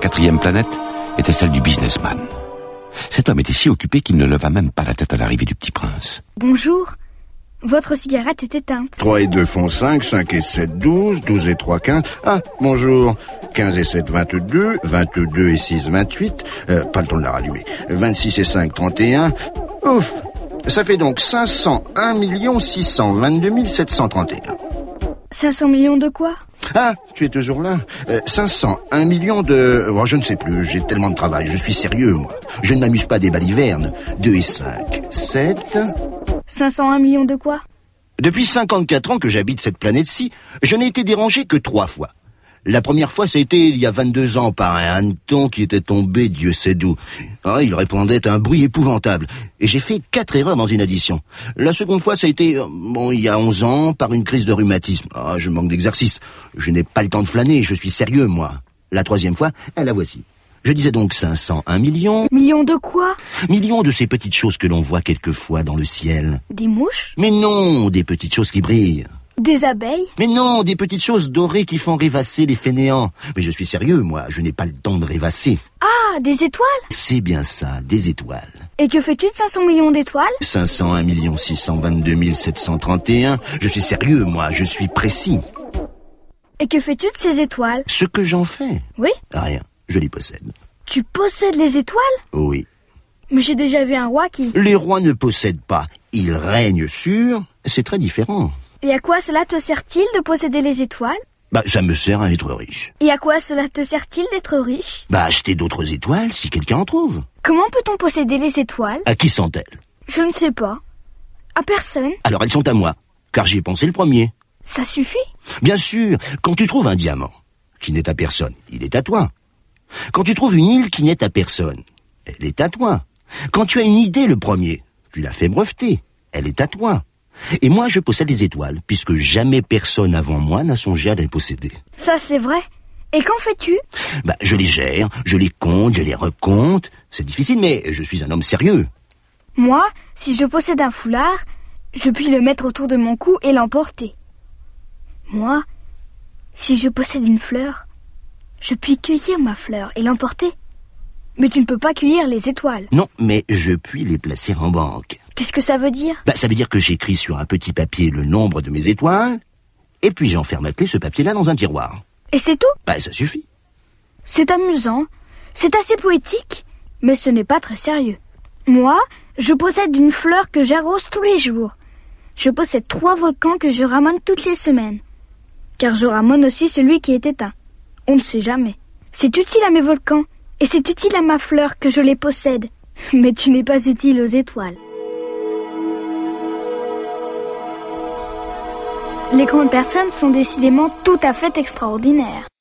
quatrième planète était celle du businessman. Cet homme était si occupé qu'il ne leva même pas la tête à l'arrivée du petit prince. Bonjour. Votre cigarette est éteinte. 3 et 2 font 5, 5 et 7, 12, 12 et 3, 15. Ah, bonjour. 15 et 7, 22, 22 et 6, 28. Euh, pas le temps de la rallumer. 26 et 5, 31. Ouf Ça fait donc 501 622 731. 500 millions de quoi Ah, tu es toujours là Euh, 501 millions de... oh, je ne sais plus, j'ai tellement de travail, je suis sérieux, moi. Je ne m'amuse pas des balivernes. 2 et 5, 7... 501 millions de quoi Depuis 54 ans que j'habite cette planète-ci, je n'ai été dérangé que trois fois. La première fois, c'était il y a 22 ans par un hanneton qui était tombé, Dieu sait d'où. Ah, il répandait un bruit épouvantable. Et j'ai fait quatre erreurs dans une addition. La seconde fois, ça a été, euh, bon, il y a 11 ans, par une crise de rhumatisme. Ah, je manque d'exercice. Je n'ai pas le temps de flâner, je suis sérieux, moi. La troisième fois, eh, la voici. Je disais donc 501 millions, Millions de quoi millions de ces petites choses que l'on voit quelquefois dans le ciel. Des mouches Mais non, des petites choses qui brillent. Des abeilles Mais non, des petites choses dorées qui font rêvasser les fainéants. Mais je suis sérieux, moi, je n'ai pas le temps de rêvasser. Ah, des étoiles C'est bien ça, des étoiles. Et que fais-tu de 500 millions d'étoiles 501 622 731. Je suis sérieux, moi, je suis précis. Et que fais-tu de ces étoiles Ce que j'en fais Oui Rien, je les possède. Tu possèdes les étoiles Oui. Mais j'ai déjà vu un roi qui... Les rois ne possèdent pas, ils règnent sur... C'est très différent. Et à quoi cela te sert-il de posséder les étoiles Bah, ça me sert à être riche. Et à quoi cela te sert-il d'être riche Bah, acheter d'autres étoiles si quelqu'un en trouve. Comment peut-on posséder les étoiles À qui sont-elles Je ne sais pas. À personne Alors elles sont à moi, car j'y ai pensé le premier. Ça suffit Bien sûr, quand tu trouves un diamant qui n'est à personne, il est à toi. Quand tu trouves une île qui n'est à personne, elle est à toi. Quand tu as une idée le premier, tu l'as fait breveter, elle est à toi. Et moi, je possède les étoiles, puisque jamais personne avant moi n'a songé à les posséder. Ça c'est vrai. Et qu'en fais-tu Bah, je les gère, je les compte, je les recompte. C'est difficile, mais je suis un homme sérieux. Moi, si je possède un foulard, je puis le mettre autour de mon cou et l'emporter. Moi, si je possède une fleur, je puis cueillir ma fleur et l'emporter. Mais tu ne peux pas cueillir les étoiles. Non, mais je puis les placer en banque. Qu'est-ce que ça veut dire Bah, ça veut dire que j'écris sur un petit papier le nombre de mes étoiles, et puis j'enferme à clé ce papier-là dans un tiroir. Et c'est tout Bah, ça suffit. C'est amusant, c'est assez poétique, mais ce n'est pas très sérieux. Moi, je possède une fleur que j'arrose tous les jours. Je possède trois volcans que je ramène toutes les semaines. Car je ramène aussi celui qui est éteint. On ne sait jamais. C'est utile à mes volcans, et c'est utile à ma fleur que je les possède. Mais tu n'es pas utile aux étoiles. Les grandes personnes sont décidément tout à fait extraordinaires.